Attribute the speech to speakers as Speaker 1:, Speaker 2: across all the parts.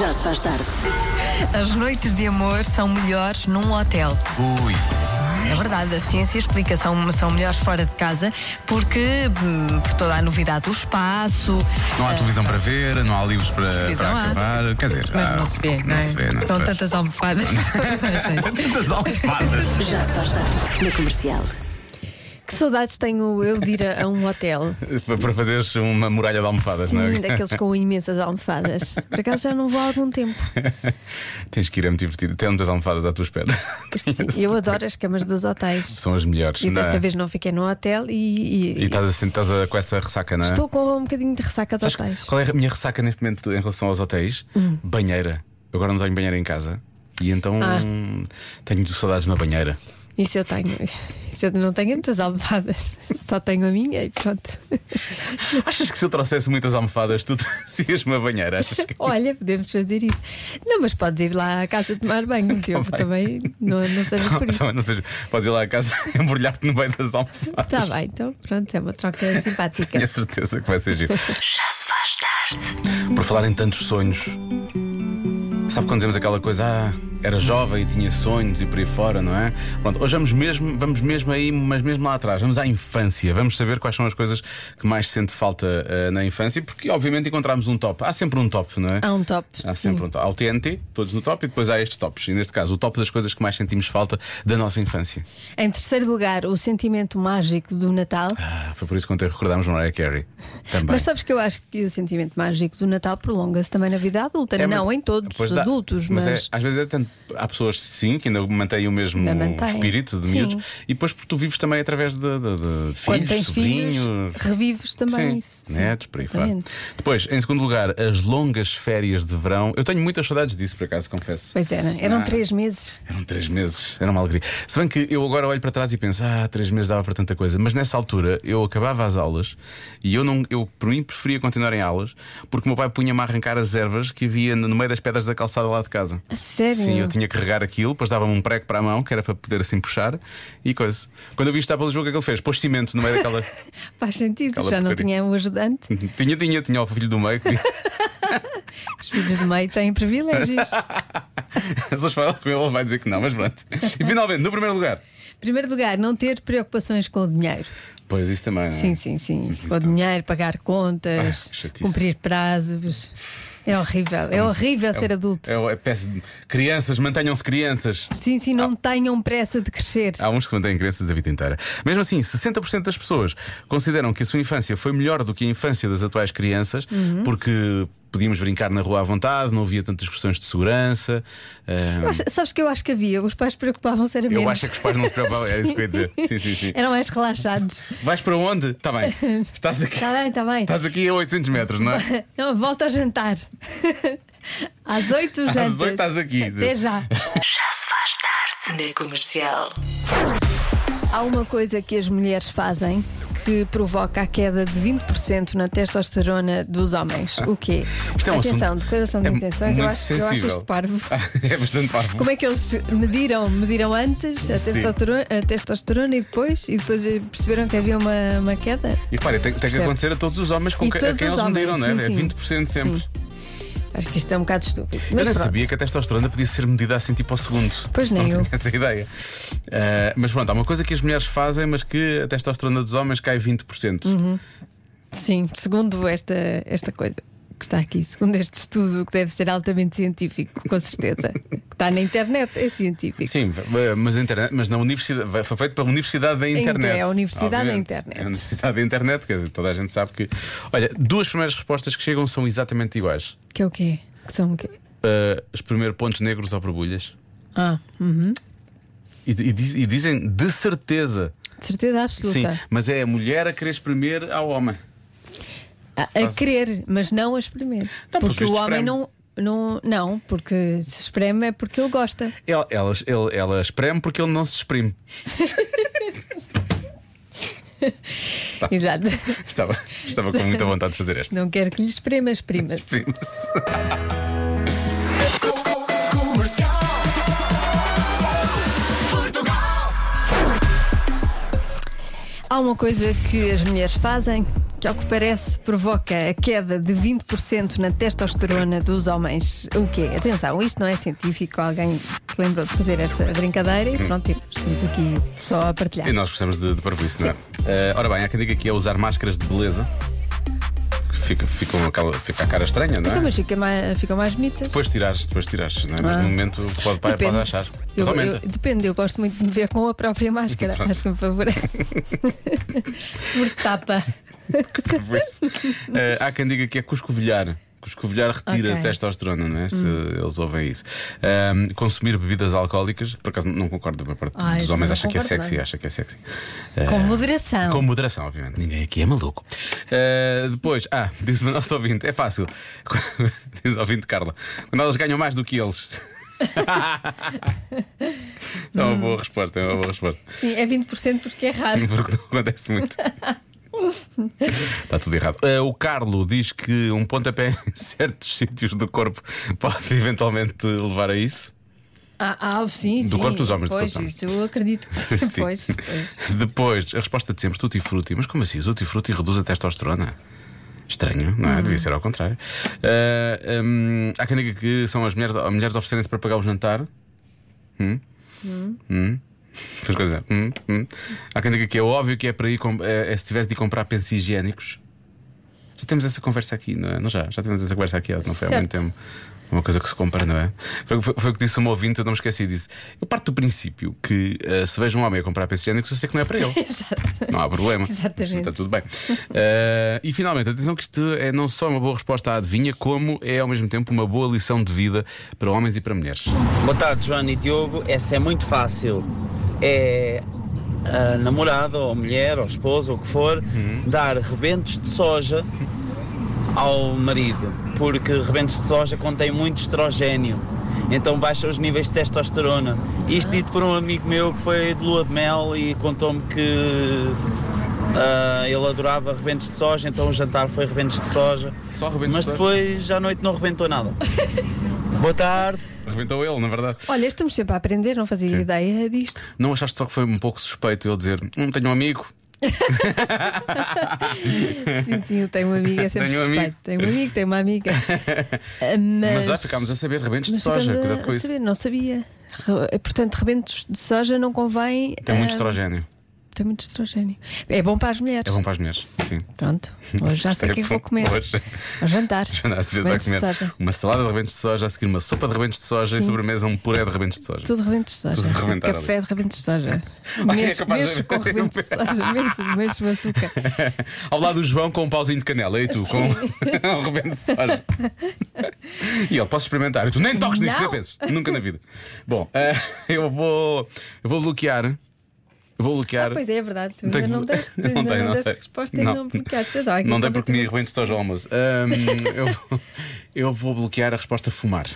Speaker 1: Já se faz tarde.
Speaker 2: As noites de amor são melhores num hotel.
Speaker 3: Ui.
Speaker 2: É verdade, a ciência explica, são, são melhores fora de casa porque hum, por toda a novidade do espaço.
Speaker 3: Não há televisão para ver, não há livros para,
Speaker 2: É. Televisão
Speaker 3: para
Speaker 2: há.
Speaker 3: acabar. Quer dizer,
Speaker 2: Mas
Speaker 3: há-
Speaker 2: não se vê, não, é?
Speaker 3: se vê, Ah, não se
Speaker 2: Estão
Speaker 3: vê.
Speaker 2: tantas almofadas.
Speaker 3: Tantas almofadas.
Speaker 1: Já se faz tarde. Na comercial.
Speaker 4: Que saudades tenho eu de ir a, a um hotel.
Speaker 3: para fazeres uma muralha de almofadas, não
Speaker 4: Sim,
Speaker 3: é?
Speaker 4: daqueles com imensas almofadas. Por acaso já não vou há algum tempo.
Speaker 3: Tens que ir, é muito divertido. Tem muitas almofadas à tua espera.
Speaker 4: Sim, eu adoro as camas dos hotéis.
Speaker 3: São as melhores.
Speaker 4: E
Speaker 3: não é?
Speaker 4: desta vez não fiquei no hotel e, e-
Speaker 3: E estás, assim, estás a- com essa ressaca, não é?
Speaker 4: estou com um bocadinho de ressaca de
Speaker 3: Sabes
Speaker 4: hotéis.
Speaker 3: Qual é a minha ressaca neste momento em relação aos hotéis?
Speaker 2: Hum.
Speaker 3: Banheira. Eu agora não tenho banheira em casa. E então
Speaker 4: Ah.
Speaker 3: tenho saudades de uma banheira.
Speaker 4: Isso eu tenho. Isso eu não tenho muitas almofadas. Só tenho a minha e pronto.
Speaker 3: Achas que se eu trouxesse muitas almofadas, tu trazias uma banheira? Achas que-
Speaker 4: Olha, podemos fazer isso. Não, mas podes ir lá à casa tomar
Speaker 3: Tá
Speaker 4: banho, Diogo. Também não, não seja por isso.
Speaker 3: Também não seja, podes ir lá a casa e embrulhar-te no meio das almofadas.
Speaker 4: Está bem, então pronto, é uma troca simpática.
Speaker 3: Tenho certeza que vai ser giro.
Speaker 1: Já se faz tarde.
Speaker 3: Por falar em tantos sonhos, sabe quando dizemos aquela coisa, ah, era jovem e tinha sonhos e por aí fora, não é? Pronto, hoje vamos mesmo, vamos mesmo aí, mas mesmo lá atrás, vamos à infância, vamos saber quais são as coisas que mais sente falta ah, na infância, porque obviamente encontramos um top. Há sempre um top, não é?
Speaker 4: Há um top,
Speaker 3: Há
Speaker 4: sim.
Speaker 3: sempre um top. Há o TNT, todos no top, e depois há estes tops. E neste caso, o top das coisas que mais sentimos falta da nossa infância.
Speaker 4: Em terceiro lugar, o sentimento mágico do Natal.
Speaker 3: Ah, foi por isso que ontem recordámos Mariah Carey. Também.
Speaker 4: Mas sabes que eu acho que o sentimento mágico do Natal prolonga-se também na vida adulta.
Speaker 3: É, mas-
Speaker 4: não em todos
Speaker 3: pois
Speaker 4: os
Speaker 3: dá.
Speaker 4: adultos, mas.
Speaker 3: mas, é- às vezes é tanto. Há pessoas sim que ainda mantêm o mesmo
Speaker 4: Ainda mantêm.
Speaker 3: espírito de
Speaker 4: Sim.
Speaker 3: miúdos e depois porque tu vives também através de, de- de
Speaker 4: Quando
Speaker 3: filhos,
Speaker 4: tens
Speaker 3: sobrinhos.
Speaker 4: filhos, revives também isso. Sim,
Speaker 3: netos, por aí fora.
Speaker 4: exatamente.
Speaker 3: Depois, em segundo lugar, as longas férias de verão. Eu tenho muitas saudades disso, por acaso, confesso.
Speaker 4: Pois era, eram
Speaker 3: Ah.
Speaker 4: três meses.
Speaker 3: Eram três meses, era uma alegria. Se bem que eu agora olho para trás e penso, ah, três meses dava para tanta coisa. Mas nessa altura eu acabava as aulas e eu, não, eu por mim, preferia continuar em aulas porque o meu pai punha-me a arrancar as ervas que havia no meio das pedras da calçada lá de casa.
Speaker 4: A sério?
Speaker 3: Sim, eu tinha que regar aquilo, depois dava-me um prego para a mão, que era para poder assim puxar e coisa. Quando eu vi estar pelo jogo, o que é que ele fez? Pôs cimento no meio daquela.
Speaker 4: Faz sentido,
Speaker 3: Aquela
Speaker 4: já não
Speaker 3: porcaria.
Speaker 4: tinha um ajudante.
Speaker 3: tinha, tinha, tinha o filho do meio que
Speaker 4: Os filhos do meio têm privilégios.
Speaker 3: as pessoas falam com ele, ele vai dizer que não, mas pronto. E finalmente, no primeiro lugar.
Speaker 4: Primeiro lugar, não ter preocupações com o dinheiro.
Speaker 3: Pois isso também. não é?
Speaker 4: Sim, sim, sim.
Speaker 3: Isso
Speaker 4: Com o
Speaker 3: também.
Speaker 4: dinheiro, pagar contas,
Speaker 3: Ai, Ah, chatice. um-
Speaker 4: cumprir prazos. É horrível, é horrível ser adulto.
Speaker 3: É, um- é péssimo. Crianças, mantenham-se crianças.
Speaker 4: Sim, sim,
Speaker 3: Ah.
Speaker 4: não tenham pressa de crescer.
Speaker 3: Há uns que mantêm crianças a vida inteira. Mesmo assim, 60% das pessoas consideram que a sua infância foi melhor do que a infância das atuais crianças,
Speaker 4: Uhum.
Speaker 3: porque podíamos brincar na rua à vontade, não havia tantas questões de segurança. Ah,
Speaker 4: Eu acho- sabes que eu acho que havia, os pais preocupavam-se era
Speaker 3: eu
Speaker 4: menos. É.
Speaker 3: acho que os pais não se preocupavam, é isso que eu ia dizer. Sim, sim, sim.
Speaker 4: Eram mais relaxados.
Speaker 3: Vais para onde? Está bem. Estás aqui.
Speaker 4: Está Tá bem, está bem.
Speaker 3: Estás aqui a 800 metros, não é?
Speaker 4: Não, volta Então, ao jantar. Às oito
Speaker 3: Às
Speaker 4: jantas.
Speaker 3: oito estás aqui.
Speaker 4: Até já.
Speaker 1: Já se faz tarde. Na comercial.
Speaker 4: Há uma coisa que as mulheres fazem que provoca a queda de 20% na testosterona dos homens. O quê?
Speaker 3: Isto é um
Speaker 4: Atenção,
Speaker 3: assunto-
Speaker 4: declaração de
Speaker 3: é
Speaker 4: intenções. Eu
Speaker 3: muito
Speaker 4: acho, eu acho
Speaker 3: sensível.
Speaker 4: isto parvo.
Speaker 3: É bastante parvo.
Speaker 4: Como é que eles mediram? Mediram antes a
Speaker 3: Sim.
Speaker 4: testosterona, a testosterona e depois? E depois eh, perceberam que havia uma, uma queda?
Speaker 3: E repare, tem, tem que
Speaker 4: percebe.
Speaker 3: acontecer a todos os homens com
Speaker 4: E
Speaker 3: que, a
Speaker 4: todos
Speaker 3: quem
Speaker 4: os
Speaker 3: eles
Speaker 4: homens,
Speaker 3: mediram, não é?
Speaker 4: sim,
Speaker 3: é
Speaker 4: sim.
Speaker 3: 20% sempre.
Speaker 4: Sim. Acho que isto é um bocado estúpido.
Speaker 3: Eu
Speaker 4: Mas
Speaker 3: nem
Speaker 4: pronto.
Speaker 3: sabia que a testosterona podia ser medida assim tipo ao segundo.
Speaker 4: Pois nem
Speaker 3: não
Speaker 4: eu.
Speaker 3: tinha essa ideia. Ah, mas pronto, há uma coisa que as mulheres fazem, mas que a testosterona dos homens cai 20%.
Speaker 4: Uhum. Sim, segundo esta, esta coisa que está aqui, segundo este estudo que deve ser altamente científico, com certeza, que está na internet, é científico.
Speaker 3: Sim, mas, a internet, mas na universidade, foi feito pela Universidade da Internet.
Speaker 4: é a Universidade da
Speaker 3: obviamente.
Speaker 4: Internet.
Speaker 3: É a Universidade da Internet, quer dizer, toda a gente sabe que. Olha, duas primeiras respostas que chegam são exatamente iguais.
Speaker 4: Que é o quê? Que são o quê?
Speaker 3: Ah, os primeiros pontos negros ou borbulhas.
Speaker 4: Ah, uhum.
Speaker 3: E, e diz- e dizem de certeza.
Speaker 4: de certeza
Speaker 3: Sim,
Speaker 4: absoluta.
Speaker 3: mas é a mulher a querer espremer ao homem.
Speaker 4: A, a querer, mas não a espremer.
Speaker 3: Não,
Speaker 4: porque
Speaker 3: pelo
Speaker 4: o
Speaker 3: visto
Speaker 4: homem
Speaker 3: espreme.
Speaker 4: não, não. Não, porque se espreme é porque ele gosta.
Speaker 3: Ela, ela, ele- ela espreme porque ele não se exprime.
Speaker 4: Exato.
Speaker 3: Estava, estava com muita vontade de fazer
Speaker 4: Se
Speaker 3: esta.
Speaker 4: não quer que lhe esprema, esprima-se.
Speaker 3: Exprime-se.
Speaker 4: Há uma coisa que as mulheres fazem que que, ao que parece, provoca a queda de 20% na testosterona dos homens. O quê? Atenção, isto não é científico. Alguém se lembrou de fazer esta brincadeira e pronto, estamos aqui só a partilhar.
Speaker 3: Hum. E é? nós gostamos de, de parvoíce, não é? Eh, ora bem, há quem diga que é usar máscaras de beleza. Fica, fica, uma, cala- fica a cara estranha, não é?
Speaker 4: Então, mas fica mais, ficam mais bonitas.
Speaker 3: Depois tirares, depois tirares, não é? Mas
Speaker 4: Ah.
Speaker 3: no momento pode, pode, pode é achar. Mas
Speaker 4: Eu- eu-
Speaker 3: aumenta.
Speaker 4: depende, eu gosto muito de me ver com a própria máscara.
Speaker 3: Pronto.
Speaker 4: Acho que me favorece. Por tapa.
Speaker 3: Pois. Eh, há quem diga que é cuscovilhar. Cuscovilhar retira
Speaker 4: Ok. Hum.
Speaker 3: testosterona, não é? Se eles ouvem isso. Ahm, consumir bebidas alcoólicas, por acaso não concordo da maior parte
Speaker 4: Ai,
Speaker 3: dos
Speaker 4: eu
Speaker 3: homens,
Speaker 4: também
Speaker 3: acha que é
Speaker 4: concordo,
Speaker 3: sexy,
Speaker 4: não.
Speaker 3: acha que é sexy.
Speaker 4: Com moderação.
Speaker 3: Com moderação, obviamente. Ninguém aqui é maluco. Eh, depois, ah, diz o nosso ouvinte, é fácil. diz o ouvinte Carla, quando elas ganham mais do que eles. é uma boa resposta, é uma boa resposta.
Speaker 4: Sim, é 20% porque é raro.
Speaker 3: Porque não acontece muito. Está tudo errado. Eh, o Carlo diz que um pontapé em certos sítios do corpo pode eventualmente levar a isso.
Speaker 4: Ah, ah, sim,
Speaker 3: Do
Speaker 4: sim.
Speaker 3: corpo dos homens, do
Speaker 4: Pois,
Speaker 3: corpo dos
Speaker 4: isso eu acredito que
Speaker 3: Sim.
Speaker 4: pois, pois.
Speaker 3: Depois, a resposta de sempre, tutti frutti. Mas como assim? Os tutti frutti reduz a testosterona? Estranho, não é? Devia ser ao contrário. Ah, hum, há quem diga que são as mulheres, as mulheres oferecerem-se para pagar o jantar. Hum? Hum? Faz coisa. Hum? Hum? Há quem diga que é óbvio que é para ir com- é, é se tiver de ir comprar pensos higiênicos. Já temos essa conversa aqui, não é? Não já? Já tivemos essa conversa aqui, não foi há muito
Speaker 4: Certo.
Speaker 3: tempo. Uma coisa que se compra, não é? Foi, foi- foi o que disse uma ouvinte, eu não me esqueci disso. Eu parto do princípio que eh, se vejo um homem a comprar pensos higiênicos, eu sei que não é para ele. Não há problema.
Speaker 4: Exatamente.
Speaker 3: Está tudo bem. Eh, e finalmente, atenção que isto é não só uma boa resposta à adivinha, como é ao mesmo tempo uma boa lição de vida para homens e para mulheres.
Speaker 5: Boa tarde, Joana e Diogo. Essa é muito fácil. É a namorada, ou mulher, ou esposa, ou o que for,
Speaker 3: Uhum.
Speaker 5: dar rebentos de soja ao marido, porque rebentos de soja contém muito estrogênio. Então baixa os níveis de testosterona. Isto dito por um amigo meu que foi de lua de mel e contou-me que ah, ele adorava rebentos de soja, então o jantar foi rebentos de soja.
Speaker 3: Só rebentos de soja?
Speaker 5: Mas depois à noite não rebentou nada. Boa tarde.
Speaker 3: Arrebentou ele, na verdade.
Speaker 4: Olha, estamos sempre a aprender, não fazia ideia disto.
Speaker 3: Não achaste só que foi um pouco suspeito eu dizer, não tenho um amigo?
Speaker 4: Sim, sim, eu tenho um amigo, é sempre
Speaker 3: Tenho um amigo.
Speaker 4: suspeito. Tenho um amigo, tenho uma amiga. Ah,
Speaker 3: Mas já ficámos a saber, rebentos de
Speaker 4: mas
Speaker 3: soja,
Speaker 4: ficando a-
Speaker 3: cuidado com
Speaker 4: a
Speaker 3: isso.
Speaker 4: saber, não sabia. Re- Portanto, rebentos de soja não convém.
Speaker 3: Tem é muito
Speaker 4: ah,
Speaker 3: estrogênio.
Speaker 4: Tem muito estrogênio. É bom para as
Speaker 3: É
Speaker 4: mulheres.
Speaker 3: bom para as mulheres, sim.
Speaker 4: Pronto, hoje já sei o que é que vou comer.
Speaker 3: Hoje.
Speaker 4: Ao jantar.
Speaker 3: Joana Azevedo vai
Speaker 4: Rebentos de
Speaker 3: comer
Speaker 4: soja.
Speaker 3: uma salada de rebentos de soja, a seguir uma sopa de rebentos de soja e sobremesa um puré de rebentos de soja.
Speaker 4: Tudo rebentos de soja.
Speaker 3: Tudo arrebentado
Speaker 4: Café de rebentos de soja.
Speaker 3: Alguém é
Speaker 4: Mesmo,
Speaker 3: capaz de-
Speaker 4: mesmo com rebentos de soja, mesmo, mesmo açúcar.
Speaker 3: Ao lado do João com um pauzinho de canela e tu com um rebento de soja. E ele, posso experimentar? E tu nem toques nisto,
Speaker 4: Não.
Speaker 3: nem penses. Nunca na vida. Bom, eh, eu vou. Eu vou bloquear. Eu vou bloquear.
Speaker 4: Ah, pois é, é verdade. Tu
Speaker 3: Tenho
Speaker 4: ainda
Speaker 3: que-
Speaker 4: não deste, ainda
Speaker 3: dei,
Speaker 4: não deste
Speaker 3: dei.
Speaker 4: resposta e não bloqueaste. Eu dou aqui
Speaker 3: Não dei porque me arrebento
Speaker 4: completamente-
Speaker 3: só ao almoço. Ahm, eu, vou, eu vou bloquear a resposta fumar.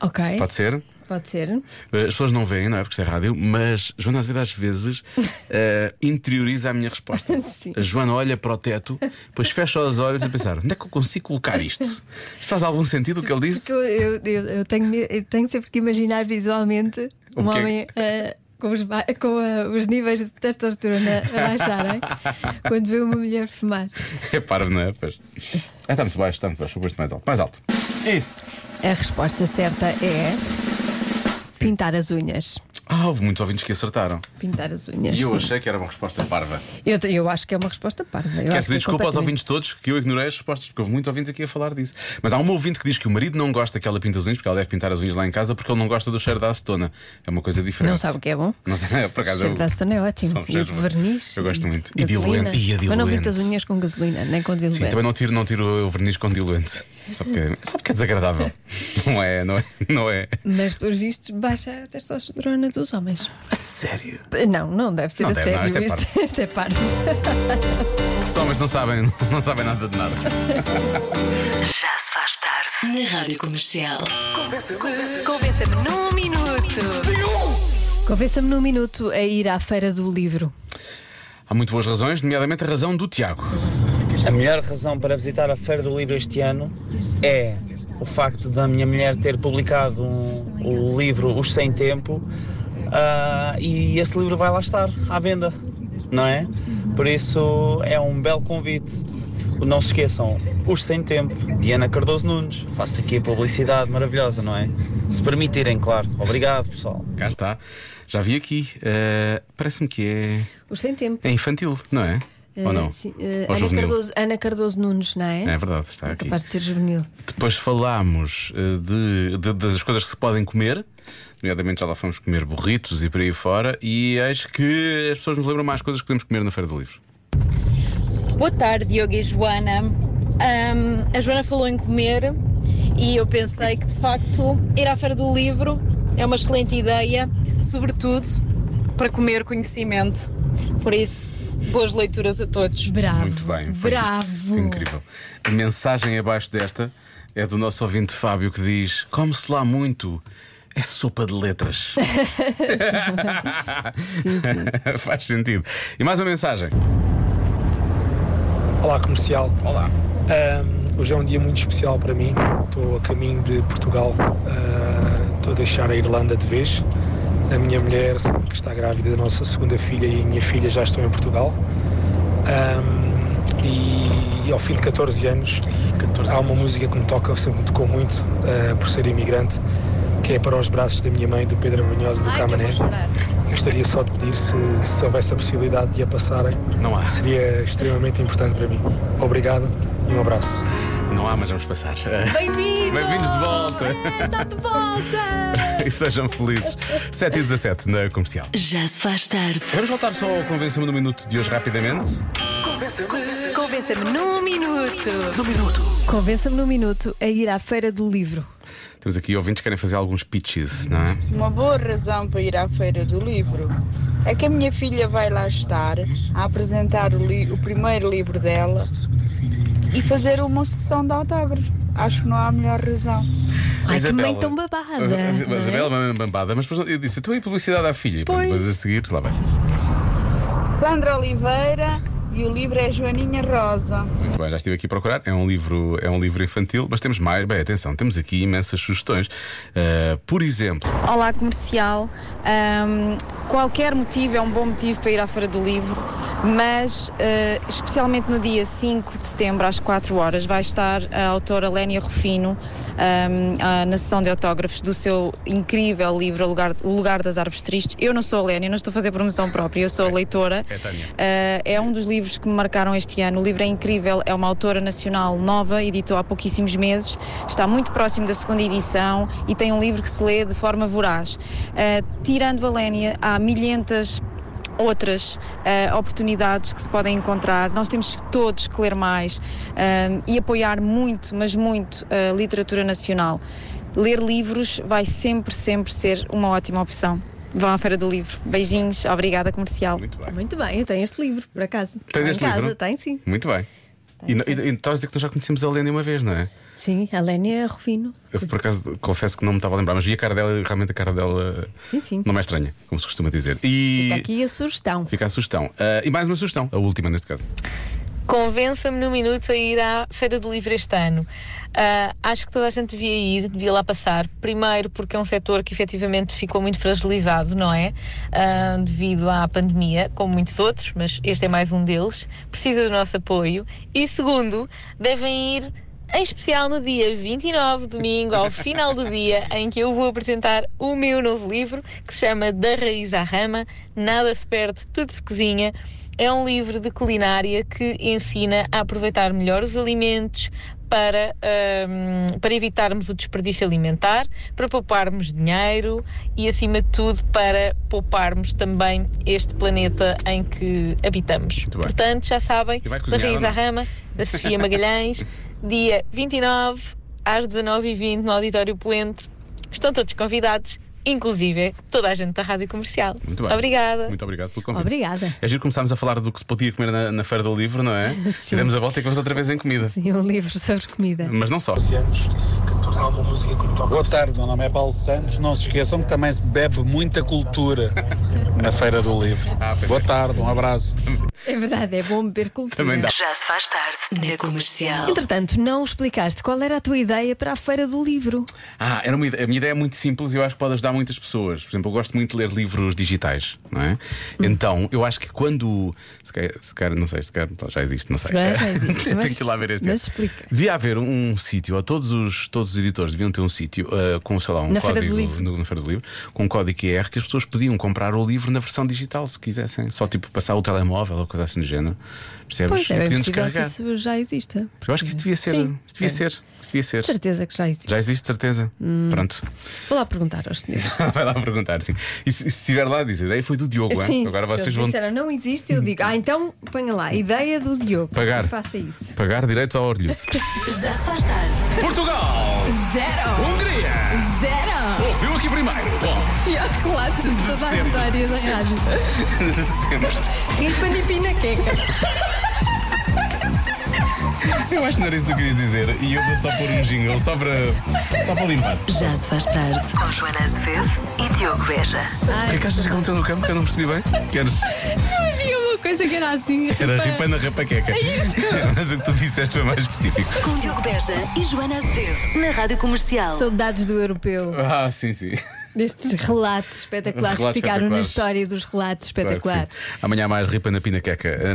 Speaker 4: Ok,
Speaker 3: Pode ser?
Speaker 4: pode ser.
Speaker 3: Eh, As pessoas não veem, não é? Porque isto é rádio, mas Joana Azevedo às vezes eh, interioriza a minha resposta.
Speaker 4: Sim.
Speaker 3: A Joana olha para o teto, depois fecha os olhos a pensar: onde é que eu consigo colocar isto? Isto faz algum sentido o que ele
Speaker 4: Porque
Speaker 3: disse?
Speaker 4: eu, eu, eu, eu tenho, me- eu tenho sempre que imaginar visualmente
Speaker 3: O
Speaker 4: um
Speaker 3: quê?
Speaker 4: homem ah, com, os, ba- com ah, os níveis de testosterona a baixarem quando vê uma mulher fumar.
Speaker 3: É parvo, não é? Pois. Ah, está muito baixo, está muito baixo, vou pôr isto mais alto. Mais alto. Isso.
Speaker 4: A resposta certa é pintar as unhas.
Speaker 3: Ah, houve muitos ouvintes que acertaram.
Speaker 4: Pintar as unhas.
Speaker 3: E eu
Speaker 4: sim.
Speaker 3: achei que era uma resposta parva.
Speaker 4: Eu, te- eu acho que é uma resposta parva. Eu
Speaker 3: Quero
Speaker 4: acho que
Speaker 3: pedir
Speaker 4: é
Speaker 3: desculpa aos
Speaker 4: completamente-
Speaker 3: ouvintes todos que eu ignorei as respostas, porque houve muitos ouvintes aqui a falar disso. Mas há uma ouvinte que diz que o marido não gosta que ela pinte as unhas, porque ela deve pintar as unhas lá em casa, porque ele não gosta do cheiro da acetona. É uma coisa diferente.
Speaker 4: Não sabe o que é bom?
Speaker 3: Não sei, por acaso.
Speaker 4: Cheiro
Speaker 3: eu-
Speaker 4: de acetona é ótimo.
Speaker 3: São
Speaker 4: E o de
Speaker 3: cheiros-
Speaker 4: verniz.
Speaker 3: Eu gosto muito. E
Speaker 4: gasolina.
Speaker 3: diluente. E a diluente.
Speaker 4: Mas não pinto as unhas com gasolina, nem com diluente.
Speaker 3: Sim, então é- também não tiro, não tiro o verniz com diluente. Sabe que é, sabe que é desagradável? não é, não é, não é.
Speaker 4: Mas, pelos vistos, baixa a testosterona dos homens.
Speaker 3: A sério.
Speaker 4: Não, não deve ser
Speaker 3: Não
Speaker 4: a
Speaker 3: deve, não,
Speaker 4: sério.
Speaker 3: isto é parvo.
Speaker 4: isto é parvo.
Speaker 3: Os homens não sabem, não sabem nada de nada.
Speaker 1: Já se faz tarde. Na Rádio Comercial.
Speaker 2: Convença-me num minuto.
Speaker 4: Convença-me num minuto a ir à feira do livro.
Speaker 3: Há muito boas razões, nomeadamente a razão do Tiago.
Speaker 5: A melhor razão para visitar a Feira do Livro este ano é o facto da minha mulher ter publicado um- o livro Os Sem Tempo ah, e esse livro vai lá estar à venda, não é? Por isso é um belo convite. Não se esqueçam, os Sem Tempo, Diana Cardoso Nunes. Faço aqui a publicidade maravilhosa, não é? Se permitirem, claro. Obrigado, pessoal.
Speaker 3: Cá está. Já vi aqui. Eh, Parece-me que é.
Speaker 4: Os sem tempo.
Speaker 3: É infantil, não é? Ou não?
Speaker 4: Eh, sim, eh,
Speaker 3: Ou
Speaker 4: Ana,
Speaker 3: juvenil.
Speaker 4: Cardoso, Ana Cardoso Nunes, não é?
Speaker 3: É verdade, está aqui.
Speaker 4: Capaz de ser juvenil.
Speaker 3: Depois falámos eh, de, de- das coisas que se podem comer, nomeadamente já lá fomos comer burritos e por aí fora, e acho que as pessoas nos lembram mais coisas que podemos comer na Feira do Livro.
Speaker 6: Boa tarde, Diogo e Joana. Ahm, a Joana falou em comer e eu pensei que de facto ir à Feira do Livro é uma excelente ideia, sobretudo para comer conhecimento. Por isso, boas leituras a todos.
Speaker 4: Bravo.
Speaker 3: Muito bem. foi-
Speaker 4: Bravo.
Speaker 3: foi incrível. A mensagem abaixo desta é do nosso ouvinte Fábio que diz: come-se lá muito. É sopa de letras. Faz sentido. E mais uma mensagem.
Speaker 7: Olá, comercial.
Speaker 3: Olá.
Speaker 7: Ahm, hoje é um dia muito especial para mim. Estou a caminho de Portugal. Ah, Estou a deixar a Irlanda de vez. A minha mulher, que está grávida da nossa segunda filha, e a minha filha já estão em Portugal. Ahm, e ao fim de 14 anos,
Speaker 3: 14
Speaker 7: há uma música que me toca, sempre me tocou muito, ah, por ser imigrante, que é Para os Braços da Minha Mãe, do Pedro Abrunhosa, do
Speaker 4: Ai, que eu
Speaker 7: Camané.
Speaker 4: vou chorar.
Speaker 7: Gostaria só de pedir se, se houvesse a possibilidade de a passarem.
Speaker 3: Não há.
Speaker 7: Seria extremamente importante para mim. Obrigado e um abraço.
Speaker 3: Não há, mas vamos passar.
Speaker 4: Bem-vindo!
Speaker 3: Bem-vindos de volta.
Speaker 4: É, Está de volta!
Speaker 3: e sejam felizes. 7 e 17 na comercial.
Speaker 1: Já se faz tarde.
Speaker 3: Vamos voltar só ao Convença-me no Minuto de hoje rapidamente.
Speaker 2: Convença-me num minuto.
Speaker 4: Convença-me num minuto a ir à Feira do Livro.
Speaker 3: Temos aqui ouvintes que querem fazer alguns pitches, não é?
Speaker 8: Uma boa razão para ir à Feira do Livro é que a minha filha vai lá estar a apresentar o, li- o primeiro livro dela e fazer uma sessão de autógrafo. Acho que não há melhor razão.
Speaker 4: Ai, que
Speaker 3: Isabela.
Speaker 4: mãe tão babada, não é?
Speaker 3: A Isabela é bambada, mas depois eu disse: então e publicidade à filha? E pronto,
Speaker 4: Pois.
Speaker 3: Depois a seguir, lá bem.
Speaker 8: Sandra Oliveira e o livro é Joaninha Rosa.
Speaker 3: Muito bem, já estive aqui a procurar. É um livro, é um livro infantil, mas temos mais. Bem, atenção, temos aqui imensas sugestões. Ah, por exemplo,
Speaker 6: Olá, comercial. Ahm, qualquer motivo é um bom motivo para ir à Feira do Livro, mas eh, especialmente no dia 5 de setembro, às 4 horas, vai estar a autora Lénia Rufino ahm, ah, na sessão de autógrafos do seu incrível livro O Lugar, o Lugar das Árvores Tristes. Eu não sou a Lénia, não estou a fazer promoção própria, eu sou a leitora.
Speaker 3: é a Tânia.
Speaker 6: Uh, é um dos livros que me marcaram este ano. O livro é incrível, é uma autora nacional nova, editou há pouquíssimos meses, está muito próximo da segunda edição e tem um livro que se lê de forma voraz. Uh, tirando Valénia, há milhentas outras eh, oportunidades que se podem encontrar. Nós temos todos que ler mais eh, e apoiar muito, mas muito, a literatura nacional. Ler livros vai sempre, sempre ser uma ótima opção. Vão à Feira do Livro. Beijinhos, obrigada, comercial.
Speaker 3: Muito bem.
Speaker 4: Muito bem, eu tenho este livro, por acaso.
Speaker 3: Tens
Speaker 4: Está
Speaker 3: este
Speaker 4: em casa,
Speaker 3: livro?
Speaker 4: tem sim.
Speaker 3: Muito bem. E, não-
Speaker 4: é.
Speaker 3: e, e estás a dizer que nós já conhecemos a Lena uma vez, não é?
Speaker 4: Sim, a Lénia Rufino.
Speaker 3: Eu, por acaso, confesso que não me estava a lembrar, mas vi a cara dela e realmente a cara dela
Speaker 4: Sim, sim.
Speaker 3: não é estranha, como se costuma dizer. E
Speaker 4: Está aqui a sugestão.
Speaker 3: fica a sugestão. Ah, e mais uma sugestão, a última neste caso.
Speaker 9: Convença-me num minuto a ir à Feira do Livro este ano. Ah, acho que toda a gente devia ir, devia lá passar. Primeiro, porque é um setor que efetivamente ficou muito fragilizado, não é? Ah, devido à pandemia, como muitos outros, mas este é mais um deles. Precisa do nosso apoio. E segundo, devem ir. Em especial no dia 29, domingo, ao final do dia, em que eu vou apresentar o meu novo livro, que se chama Da Raiz à Rama, Nada se perde, tudo se cozinha. É um livro de culinária que ensina a aproveitar melhor os alimentos para, hum, para evitarmos o desperdício alimentar, para pouparmos dinheiro e, acima de tudo, para pouparmos também este planeta em que habitamos.
Speaker 3: bem.
Speaker 9: Portanto, já sabem,
Speaker 3: E vai
Speaker 9: da
Speaker 3: cozinhar ou
Speaker 9: Raiz à
Speaker 3: não?
Speaker 9: Rama, da Sofia Magalhães, dia 29 às 19h20 no Auditório Poente. Estão todos convidados, inclusive toda a gente da Rádio Comercial.
Speaker 3: Muito bem.
Speaker 9: Obrigada.
Speaker 3: Muito obrigado pelo convite.
Speaker 4: Obrigada.
Speaker 3: É giro, começámos a falar do que se podia comer na, na Feira do Livro, não é?
Speaker 4: Sim.
Speaker 3: E demos a volta e comemos outra vez em comida.
Speaker 4: Sim, um livro sobre comida.
Speaker 3: Mas não só.
Speaker 10: Boa tarde, meu nome é Paulo Santos. Não se esqueçam que também se bebe muita cultura na Feira do Livro.
Speaker 3: Ah, pois
Speaker 10: Boa
Speaker 3: é.
Speaker 10: tarde, um abraço.
Speaker 4: É verdade, é bom beber cultura.
Speaker 3: Também dá.
Speaker 1: Já se faz tarde na comercial.
Speaker 4: Entretanto, não explicaste qual era a tua ideia para a feira do livro.
Speaker 3: Ah, era uma ide- a minha ideia é muito simples e eu acho que pode ajudar muitas pessoas. Por exemplo, eu gosto muito de ler livros digitais, não
Speaker 4: Hum.
Speaker 3: é? Então, eu acho que quando. Se calhar, se calhar- não sei, se calhar pronto, já existe, não sei.
Speaker 4: Se calhar já existe,
Speaker 3: é. Tenho
Speaker 4: mas-
Speaker 3: que ir lá ver este.
Speaker 4: mas
Speaker 3: ano.
Speaker 4: explica.
Speaker 3: Devia haver um, um sítio, ou todos os, todos os editores deviam ter um sítio ah, com, sei lá, um
Speaker 4: Na Feira
Speaker 3: código.
Speaker 4: do Livro.
Speaker 3: no- na Feira do Livro, com um código QR que as pessoas podiam comprar o livro na versão digital, se quisessem. Só tipo passar o telemóvel ou coisa assim do género. Percebes?
Speaker 4: Pois é, é
Speaker 3: podiam
Speaker 4: possível que
Speaker 3: descarregar.
Speaker 4: isso já exista.
Speaker 3: Porque eu acho que isso devia ser.
Speaker 4: Sim. é.
Speaker 3: Isso devia
Speaker 4: Sim.
Speaker 3: ser. Isso devia ser.
Speaker 4: Certeza que já existe.
Speaker 3: Já existe certeza?
Speaker 4: Hum.
Speaker 3: Pronto.
Speaker 4: Vou lá perguntar aos senhores.
Speaker 3: Vai lá perguntar, sim. E se, e se estiver lá, diz: a ideia foi do Diogo, hein? agora
Speaker 4: se
Speaker 3: vocês
Speaker 4: eles
Speaker 3: vão
Speaker 4: disseram não existe, eu digo, ah, então ponha lá, ideia do Diogo.
Speaker 3: Pagar.
Speaker 4: Eu Faça isso.
Speaker 3: pagar direitos ao orlhudo.
Speaker 1: Já se faz tarde.
Speaker 3: Portugal!
Speaker 2: Zero!
Speaker 3: Hungria!
Speaker 2: Zero!
Speaker 3: Ouviu aqui primeiro! Bom,
Speaker 2: Pior relato de toda a
Speaker 3: Sempre.
Speaker 2: história da rádio.
Speaker 3: sempre.
Speaker 2: Ripa Nipina Queca.
Speaker 3: Eu acho que não era isso que tu querias dizer e eu vou só pôr um jingle, só para, só para limpar.
Speaker 1: Já se faz tarde. Com Joana Azevedo e Diogo Veja.
Speaker 3: O que é que achas que aconteceu no campo que eu não percebi bem? Queres?
Speaker 2: Havia uma coisa que era assim.
Speaker 3: Era ripa na rapaqueca. Mas o que tu disseste foi mais específico.
Speaker 1: Com Diogo Veja e Joana Azevedo na Rádio Comercial.
Speaker 4: Saudades do europeu,
Speaker 3: Ah, sim, sim.
Speaker 4: destes relatos espetaculares
Speaker 3: Relatos
Speaker 4: que ficaram na
Speaker 3: espetaculares.
Speaker 4: história dos relatos
Speaker 3: Claro que
Speaker 4: espetaculares.
Speaker 3: sim. Amanhã há mais ripa na pinaqueca. Ah,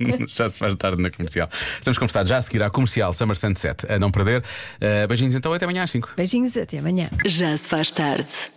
Speaker 3: na- já se faz tarde na comercial. Estamos conversados já a seguir à comercial Summer Sunset. A não perder. Ah, beijinhos então, até amanhã às 5.
Speaker 4: Beijinhos, até amanhã.
Speaker 1: Já se faz tarde.